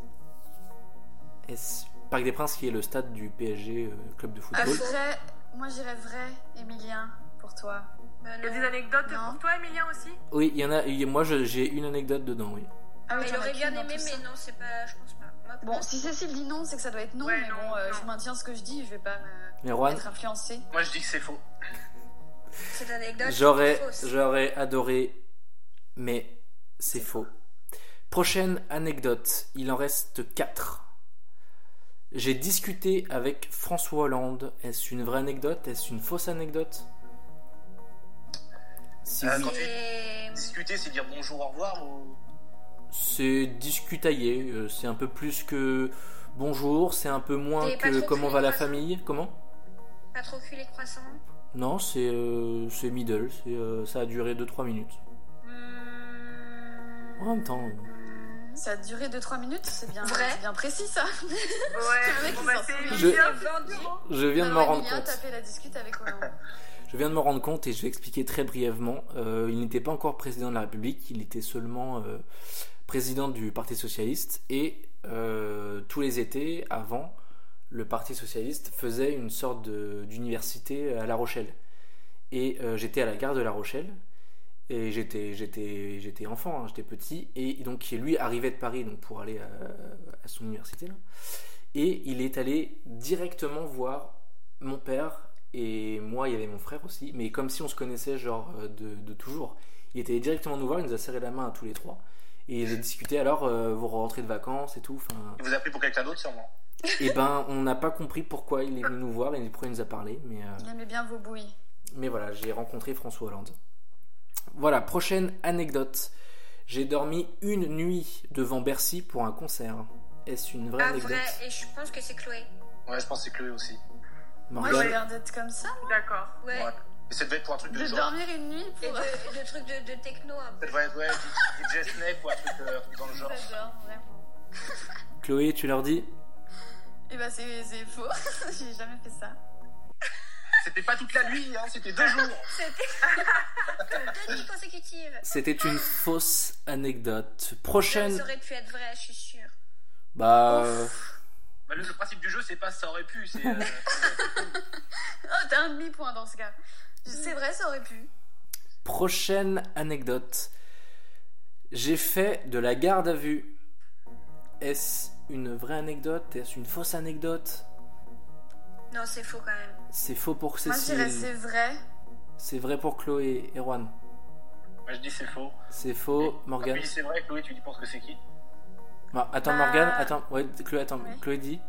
S2: Est-ce- Parc des Princes qui est le stade du PSG, euh, club de
S7: Ah,
S2: football.
S7: vrai, moi j'irais vrai, Emilien, pour toi.
S5: Bah
S6: Il y a
S5: non.
S6: des anecdotes
S7: Non.
S6: pour toi, Emilien aussi
S2: Oui, il y en a. il y a- Moi, je- j'ai une anecdote dedans, oui.
S7: Ah, oui,
S5: Mais il
S7: t'en as
S5: aurait bien
S7: qu'une dans
S5: aimé,
S7: tout ça.
S5: mais non, c'est pas. Je pense pas. Moi, pour
S7: Bon,
S5: moi,
S7: si Cécile dit non, c'est que ça doit être non,
S6: Ouais,
S7: mais
S6: non,
S7: bon, euh,
S6: non.
S7: je maintiens ce que je dis, je vais pas me
S2: Mais Juan,
S7: être influencée.
S3: Moi, je dis que c'est faux.
S5: cette anecdote.
S2: J'aurais,
S5: c'est fausse.
S2: j'aurais adoré, mais c'est faux. Prochaine anecdote, il en reste 4. J'ai discuté avec François Hollande. Est-ce une vraie anecdote Est-ce une fausse anecdote Si
S3: Ah,
S5: Euh.
S2: oui,
S3: quand tu-
S5: Et-
S3: Discuter, c'est dire bonjour, au revoir ou.
S2: c'est discutaillé. euh, C'est un peu plus que bonjour, c'est un peu moins
S5: T'es pas
S2: que
S5: trop
S2: comment va la
S5: curieux,
S2: famille. Comment
S5: mm, Pas trop cul les croissants.
S2: Non, c'est euh, c'est middle, c'est, euh, ça a duré 2-3 minutes.
S5: Hmm.
S2: En même temps. euh,
S7: Ça a duré 2-3 minutes, c'est bien,
S5: Vrai.
S7: c'est bien précis ça.
S6: Ouais,
S7: mec
S6: bon
S7: qui
S6: bah
S7: s'en
S6: c'est
S7: souvient.
S2: Je-
S6: Emilien.
S2: Je viens de
S5: Bah
S7: Alors,
S2: m'en rendre
S7: Emilien,
S2: compte.
S7: t'as fait la discute avec Hollande.
S2: Je viens de me rendre compte et je vais expliquer très brièvement. Euh, il n'était pas encore président de la République, il était seulement euh, président du Parti Socialiste et euh, tous les étés avant, le Parti Socialiste faisait une sorte de- d'université à La Rochelle. Et euh, j'étais à la gare de La Rochelle et j'étais j'étais j'étais enfant, hein, j'étais petit et donc lui arrivait de Paris donc pour aller à, à son université là. Et il est allé directement voir mon père et moi, il y avait mon frère aussi, mais comme si on se connaissait genre euh, de, de toujours. Il était directement nous voir, il nous a serré la main à tous les trois. Et il a discuté alors, euh, vos rentrées de vacances et tout. enfin,
S3: Il vous a pris pour quelqu'un d'autre, sûrement.
S2: et ben, on n'a pas compris pourquoi il est venu nous voir et pourquoi il nous a parlé. Mais, euh,
S7: Il aimait bien vos bouilles.
S2: mais voilà, j'ai rencontré François Hollande. Voilà, prochaine anecdote. J'ai dormi une nuit devant Bercy pour un concert. Est-ce une vraie
S5: Ah,
S2: anecdote
S5: vrai. Et je pense que c'est Chloé.
S3: Ouais, je pense que c'est Chloé aussi.
S7: Moi, j'ai
S2: Morgane
S7: l'air d'être comme ça.
S6: D'accord.
S5: Ouais.
S3: Ouais. Et ça devait être pour un truc de
S7: De
S3: genre.
S7: dormir une nuit
S5: Et
S7: pour.
S5: de, de trucs de, de techno un
S3: Ça
S5: peu.
S3: devait être, ouais, DJ Snake ou un truc euh, dans le genre.
S7: J'adore, vraiment.
S2: Chloé, tu leur dis
S7: Et bah, c'est c'est faux. J'ai jamais fait ça.
S3: C'était pas toute la nuit, hein, c'était deux jours.
S5: Deux nuits consécutives.
S2: C'était une fausse anecdote.
S5: Ça
S2: Prochaine.
S5: aurait pu être vrai, je suis sûre.
S2: Bah. euh,
S3: Bah, le, le principe du jeu, c'est pas ça aurait pu, c'est. euh,
S7: Oh, t'as un demi-point dans ce cas. C'est vrai, ça aurait pu.
S2: Prochaine anecdote. J'ai fait de la garde à vue. Est-ce une vraie anecdote Est-ce une fausse anecdote
S5: Non, c'est faux quand même.
S2: C'est faux pour
S7: Moi, je dirais
S2: Cécile.
S7: c'est vrai.
S2: C'est vrai pour Chloé, Erwan.
S3: Moi, je dis c'est faux.
S2: C'est faux,
S3: Ah,
S2: Morgane.
S3: oui, c'est vrai, Chloé, tu dis penses que c'est qui
S2: Bah, attends,
S7: Bah-
S2: Morgane, attends. Ouais, Chloé, attends.
S7: Ouais.
S2: Chloé dit.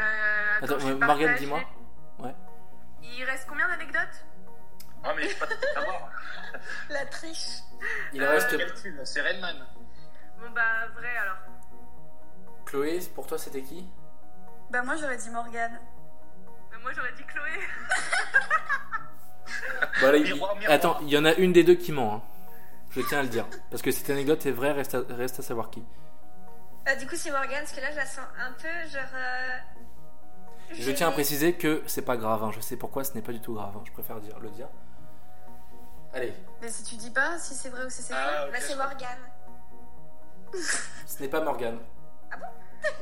S6: Euh,
S2: Attends,
S6: je suis
S2: euh, Morgane,
S6: partagée.
S2: dis-moi. Ouais.
S6: Il reste combien d'anecdotes
S3: Ah, mais je pas tout savoir.
S5: La triche.
S2: Il
S6: Euh,
S2: reste.
S3: Calcul, C'est Redman.
S6: Bon bah vrai alors.
S2: Chloé, pour toi, c'était qui
S7: Bah, moi, j'aurais dit Morgane.
S6: Mais Bah, moi j'aurais dit Chloé.
S2: Bon, allez,
S3: Miroir,
S2: il-
S3: miroir.
S2: Attends, il y en a une des deux qui ment. hein. Je tiens à le dire. Parce que cette anecdote est vraie, reste à, reste à savoir qui.
S5: Bah, du coup, c'est Morgane, parce que là, je la sens un peu genre. euh,
S2: Je
S5: gênée.
S2: tiens à préciser que c'est pas grave. hein. Je sais pourquoi ce n'est pas du tout grave. hein. Je préfère dire, le dire. Allez,
S7: Mais si tu dis pas si c'est vrai ou si c'est faux.
S3: Ah, ok,
S5: Bah,
S3: je
S5: c'est
S3: comprends.
S5: Morgane.
S2: ce n'est pas Morgane.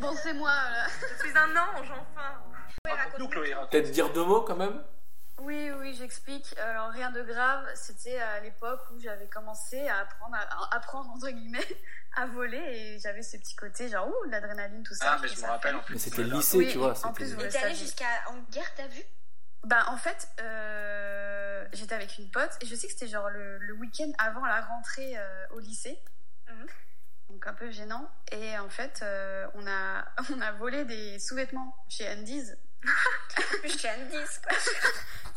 S7: Bon, c'est moi. là.
S6: Je suis un ange enfin.
S5: Ouais, raconte.
S3: Raconte-nous, Chloé, raconte.
S2: Peut-être dire deux mots quand même
S7: Oui, oui, j'explique. Alors, rien de grave. C'était à l'époque où j'avais commencé à apprendre, à, à apprendre entre guillemets, à voler. Et j'avais ce petit côté, genre, ouh, l'adrénaline, tout ça.
S3: Ah, mais je
S7: trouvais
S3: me
S7: ça
S3: rappelle en
S2: Mais
S3: plus.
S2: c'était le
S3: Voilà.
S2: lycée,
S7: Oui,
S2: tu vois.
S7: en
S2: c'était-
S7: plus,
S5: Et
S7: ouais.
S5: t'es allée
S7: Ça,
S5: jusqu'à en guerre, t'as vu
S7: Bah en fait, euh, j'étais avec une pote et je sais que c'était genre le, le week-end avant la rentrée euh, au lycée.
S6: Mhm.
S7: Donc un peu gênant. Et en fait, euh, on, a, on a volé des sous-vêtements chez Andy's.
S5: J'étais à 10, quoi.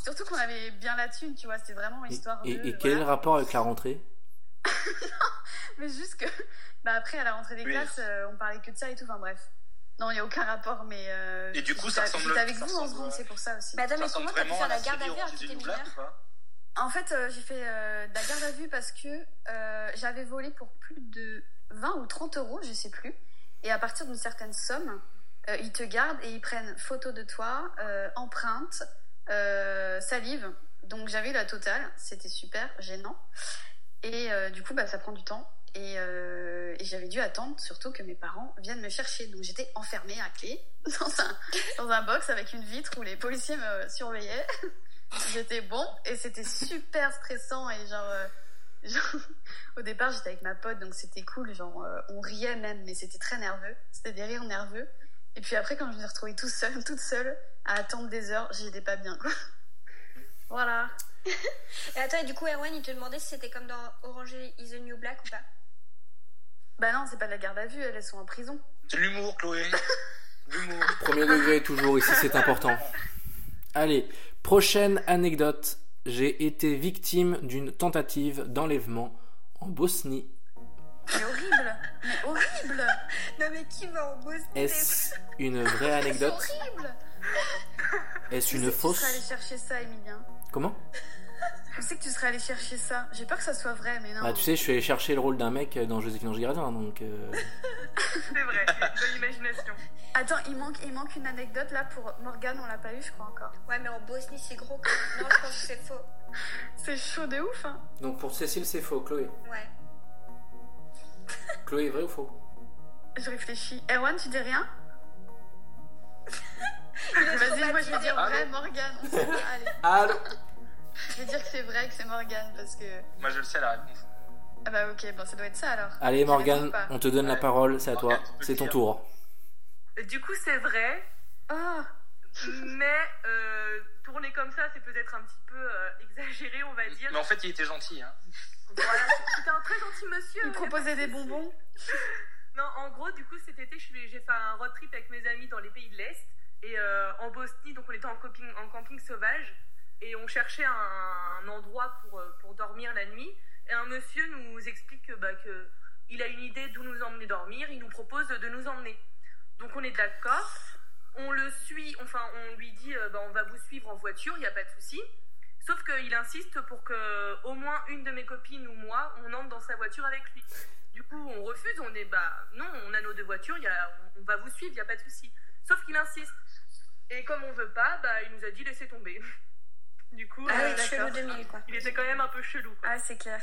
S7: Surtout qu'on avait bien la thune, tu vois, c'était vraiment
S2: Et,
S7: histoire
S2: et-
S7: de...
S2: et
S7: voilà.
S2: quel est le rapport avec la rentrée
S7: Mais juste que, bah après, à la rentrée des
S3: Oui.
S7: classes, euh, on parlait que de ça et tout, enfin bref. Non, il n'y a aucun rapport, mais... euh,
S3: Et du coup,
S7: j'étais-
S3: ça ressemble-
S7: J'étais avec
S3: ça
S7: vous en
S3: ressemble,
S7: seconde,
S3: euh,
S7: c'est pour ça aussi.
S5: Bah, attends,
S3: Ça
S5: mais
S3: ressemble
S5: comment t'as pu
S3: vraiment à
S5: faire
S3: la
S5: la garde
S3: série
S5: à vue hein, alors que
S3: Orange is the
S5: t'étais
S3: New Black
S5: mineure
S3: ou pas
S7: En fait, euh, j'ai fait euh, de la garde à vue parce que euh, j'avais volé pour plus de 20 ou 30 euros, je sais plus. Et à partir d'une certaine somme, euh, ils te gardent et ils prennent photo de toi, euh, empreinte, euh, salive. Donc j'avais eu la totale, c'était super gênant. Et euh, du coup, bah, ça prend du temps. Et, euh, et j'avais dû attendre surtout que mes parents viennent me chercher. Donc j'étais enfermée à clé dans un, dans un box avec une vitre où les policiers me surveillaient. J'étais bon et c'était super stressant et genre, euh, genre, au départ j'étais avec ma pote donc c'était cool genre euh, on riait même mais c'était très nerveux c'était des rires nerveux et puis après quand je me suis retrouvée tout seul, toute seule à attendre des heures j'étais pas bien quoi voilà
S5: Et attends, et du coup, Erwan, il te demandait si c'était comme dans Orange is the New Black ou pas.
S7: bah non c'est pas de la garde à vue elles elles sont en prison
S3: C'est de l'humour, Chloé. L'humour.
S2: Premier degré toujours ici, c'est important. Allez, prochaine anecdote. J'ai été victime d'une tentative d'enlèvement en Bosnie.
S7: mais horrible mais horrible
S5: Non, mais qui va en Bosnie
S2: Est-ce une vraie
S7: c'est
S2: anecdote
S7: horrible
S2: Est-ce
S7: Tu
S2: une
S7: sais que tu serais allé
S2: fausse
S7: chercher ça Emilien
S2: Comment
S7: je sais que tu serais allé chercher ça j'ai peur que ça soit vrai mais non
S2: Bah tu sais, je suis allé chercher le rôle d'un mec dans Joséphine Ange Gardien, donc... euh,
S6: C'est vrai, j'ai une bonne imagination.
S7: Attends, il manque, il manque une anecdote là pour Morgane, on l'a pas eu, je crois encore.
S5: Ouais, mais en Bosnie, c'est gros quand même. Non, je pense que c'est faux.
S7: C'est chaud de ouf, hein.
S2: Donc pour Cécile, c'est faux. Chloé
S5: Ouais.
S2: Chloé, vrai ou faux
S7: Je réfléchis. Erwan, tu dis rien
S5: Il est
S7: Vas-y, moi je vais
S5: traumatisé.
S7: dire
S3: Allô
S7: vrai, Morgane. on sait pas. Allez,
S2: Allô
S7: je vais dire que c'est vrai, que c'est Morgane, parce que.
S3: Moi, je le sais, la réponse.
S7: Ah bah ok, bon, ça doit être ça alors.
S2: Allez
S7: Je
S2: Morgane,
S7: réponds pas.
S2: on te donne la
S3: Ouais.
S2: parole, c'est à toi,
S3: Morgane, tu peux
S2: c'est
S3: le
S2: ton
S3: dire.
S2: tour.
S6: Euh, Du coup c'est vrai,
S7: Ah,
S6: mais euh, tourner comme ça c'est peut-être un petit peu euh, exagéré on va dire.
S3: Mais en fait, il était gentil. Hein.
S6: Voilà, c'était un très gentil monsieur.
S7: il
S6: mais
S7: proposait
S6: pas
S7: des
S6: de soucis.
S7: bonbons.
S6: Non, en gros, du coup, cet été, je suis- j'ai fait un road trip avec mes amis dans les pays de l'Est et euh, en Bosnie. Donc, on était en camping, en camping sauvage et on cherchait un, un endroit pour, euh, pour dormir la nuit. Et un monsieur nous explique que, bah, que il a une idée d'où nous emmener dormir. Il nous propose de nous emmener. Donc, on est d'accord. on le suit, enfin, on lui dit euh, bah, on va vous suivre en voiture, il n'y a pas de souci. Sauf qu'il insiste pour que au moins une de mes copines ou moi, on entre dans sa voiture avec lui. Du coup, on refuse, on est bah non, on a nos deux voitures, y a- on va vous suivre, il n'y a pas de souci. Sauf qu'il insiste. Et comme on veut pas, bah, il nous a dit laissez tomber. Du coup,
S5: Ah
S6: euh,
S5: oui, chelou 2000, quoi.
S6: il était quand même un peu chelou. quoi.
S4: Ah, c'est clair.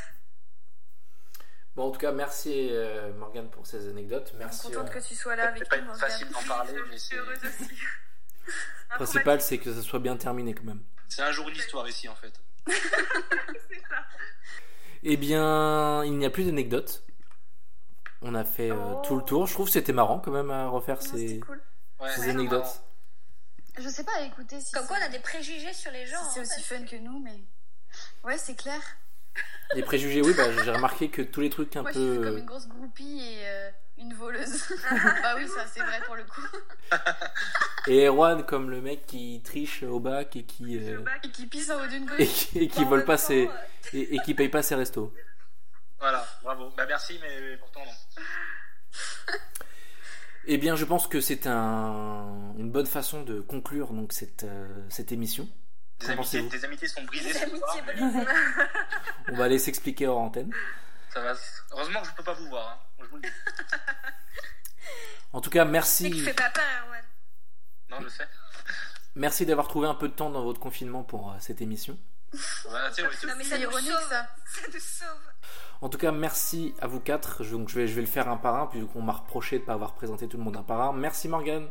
S2: Bon, en tout cas, merci euh, Morgane pour ces anecdotes.
S4: Je suis
S2: Merci.
S4: contente
S2: euh,
S4: que tu sois
S5: Bah,
S4: là avec
S3: C'est pas
S4: nous, Morgane.
S3: facile d'en parler,
S6: Je
S3: mais
S6: suis
S3: c'est
S6: heureuse aussi. Un
S2: principal, c'est que ça soit bien terminé quand même.
S3: c'est un jour une histoire ici en fait.
S6: traumatisme, c'est ça.
S2: Eh bien, il n'y a plus d'anecdotes. On a fait euh,
S6: Oh.
S2: tout le tour. Je trouve que c'était marrant quand même à refaire
S4: Non, C'était
S2: ces,
S4: cool.
S3: Ouais,
S2: ces
S3: c'est marrant.
S2: anecdotes.
S7: Je sais pas, écoutez, si
S5: Comme quoi, on
S7: c'est-
S5: a des préjugés sur les
S7: si
S5: gens.
S7: c'est
S5: hein,
S7: aussi
S5: parce
S7: fun que nous, mais. Ouais, c'est clair.
S2: Les préjugés, oui, bah, j'ai remarqué que tous les trucs un
S7: Moi, je suis
S2: peu. euh,
S7: comme une grosse groupie et euh, une voleuse. bah oui, ça, c'est vrai pour le coup.
S2: Et Erwan, euh, comme le mec qui triche au bac et qui.
S6: Je
S2: euh,
S6: bac.
S7: Et qui pisse en haut d'une
S2: et
S7: grue.
S2: qui, et qui
S5: Bah, en
S2: vole
S5: même
S2: pas
S5: temps,
S2: ses.
S5: euh,
S2: Et, et qui paye pas ses restos.
S3: Voilà, bravo. Bah merci, mais pourtant non.
S2: Eh bien, je pense que c'est un, une bonne façon de conclure donc cette, euh, cette émission.
S3: Des
S2: Qu'en
S3: amitiés,
S2: pensez-vous
S3: des amitiés sont
S5: que
S3: brisées.
S5: les
S3: ce soir,
S5: amitiés
S3: mais
S5: brisées.
S2: On va aller s'expliquer hors antenne.
S3: ça va. Heureusement que je peux pas vous voir. hein. Je vous le dis.
S2: En tout cas,
S5: C'est
S2: merci,
S5: qui fait pas peur, Erwan.
S3: Non, je sais.
S2: merci d'avoir trouvé un peu de temps dans votre confinement pour euh, cette émission.
S3: Voilà, tu sais, on est tous-
S5: Non, mais ça
S7: C'est
S5: nous
S7: ironique,
S5: sauve.
S7: ça.
S5: Ça nous sauve.
S2: En tout cas, merci à vous quatre. Je, donc, je vais, je vais le faire un par un, puisqu'on m'a reproché de ne pas avoir présenté tout le monde un par un. Merci Morgane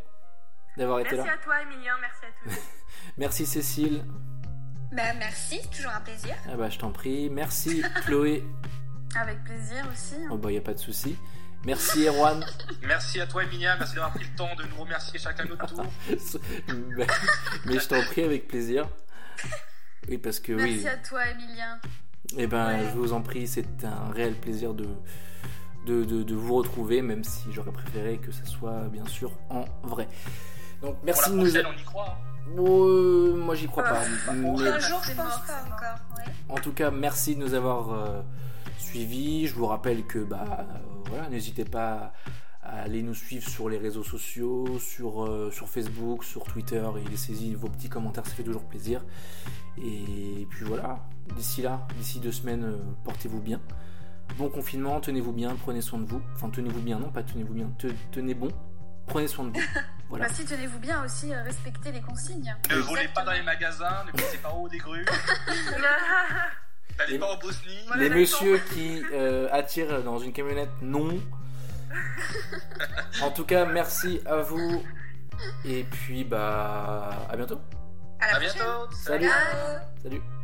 S2: d'avoir été
S6: Merci
S2: là.
S6: à toi, Emilien, merci à tous.
S2: Merci Cécile.
S5: Bah, merci, toujours un plaisir.
S2: Ah bah, je t'en prie. Merci Chloé.
S7: Avec plaisir aussi. hein.
S2: Oh bah, y a pas de souci. Merci Erwan.
S3: Merci à toi, Emilia. Merci d'avoir pris le temps de nous remercier chacun notre tour.
S2: mais, mais je t'en prie avec plaisir. Oui, parce que
S7: Merci
S2: oui.
S7: à toi, Emilien.
S2: Eh ben,
S7: Ouais.
S2: je vous en prie, c'est un réel plaisir de, de, de- de vous retrouver, même si j'aurais préféré que ça soit bien sûr en vrai. Donc merci
S3: Pour
S2: de
S3: la
S2: nous.
S3: prochaine, on y croit. hein.
S2: Euh, moi j'y crois
S7: Ah,
S2: pas. mais
S5: Un jour, je
S7: c'est
S5: pense
S7: mort,
S5: pas
S7: c'est mort.
S5: encore. ouais.
S2: en tout cas, merci de nous avoir euh, suivis. Je vous rappelle que bah euh, voilà, n'hésitez pas à aller nous suivre sur les réseaux sociaux, sur, euh, sur Facebook, sur Twitter et laissez-y vos petits commentaires, ça fait toujours plaisir. Et puis voilà, d'ici là, d'ici deux semaines, euh, portez-vous bien. Bon confinement, tenez-vous bien, prenez soin de vous. Enfin, tenez-vous bien, non, pas tenez-vous bien, te- tenez bon, prenez soin de vous. Voilà.
S7: Bah, si, tenez-vous bien aussi, euh, respectez les consignes.
S3: Ne volez pas dans les magasins, ne passez pas au haut des grues, n'allez
S2: Et-
S3: pas en Bosnie.
S6: Voilà,
S2: les
S6: d'accord.
S2: messieurs qui euh, attirent dans une camionnette, non. en tout cas, merci à vous. Et puis, bah, à bientôt.
S5: À la
S3: À
S5: prochaine.
S3: bientôt.
S2: Salut.
S5: Ciao.
S2: Salut.